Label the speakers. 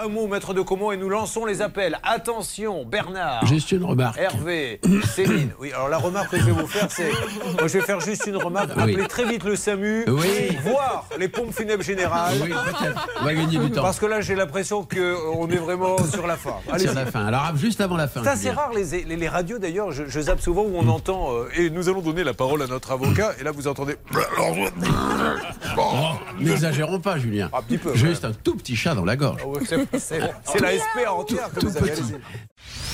Speaker 1: un mot au maître de Comont et nous lançons les appels. Attention, Bernard.
Speaker 2: Juste une remarque.
Speaker 1: Eh, Hervé, Céline. Oui, alors la remarque que je vais vous faire, c'est. Moi, je vais faire juste une remarque.
Speaker 2: Oui.
Speaker 1: Appelez très vite le SAMU,
Speaker 2: Oui.
Speaker 1: voir les pompes funèbres
Speaker 2: Ah
Speaker 1: générales.
Speaker 2: oui, peut-être. on va gagner du temps
Speaker 1: Parce que là, j'ai l'impression qu'on est vraiment sur la fin. Allez-y.
Speaker 2: sur la fin. Alors, juste avant la fin.
Speaker 1: Ça,
Speaker 2: je veux
Speaker 1: c'est
Speaker 2: dire.
Speaker 1: rare, les, les, les radios d'ailleurs, je, je zappe souvent où on
Speaker 2: Mm.
Speaker 1: entend. euh, et nous allons donner la parole à notre avocat, et là vous entendez.
Speaker 2: Oh, N'exagérons pas, Julien.
Speaker 1: Un petit peu,
Speaker 2: Juste un tout petit chat dans la gorge.
Speaker 1: Ah ouais, c'est- C'est c'est la SP entière que
Speaker 2: tout
Speaker 1: vous avez.
Speaker 2: petit.
Speaker 1: allez-y.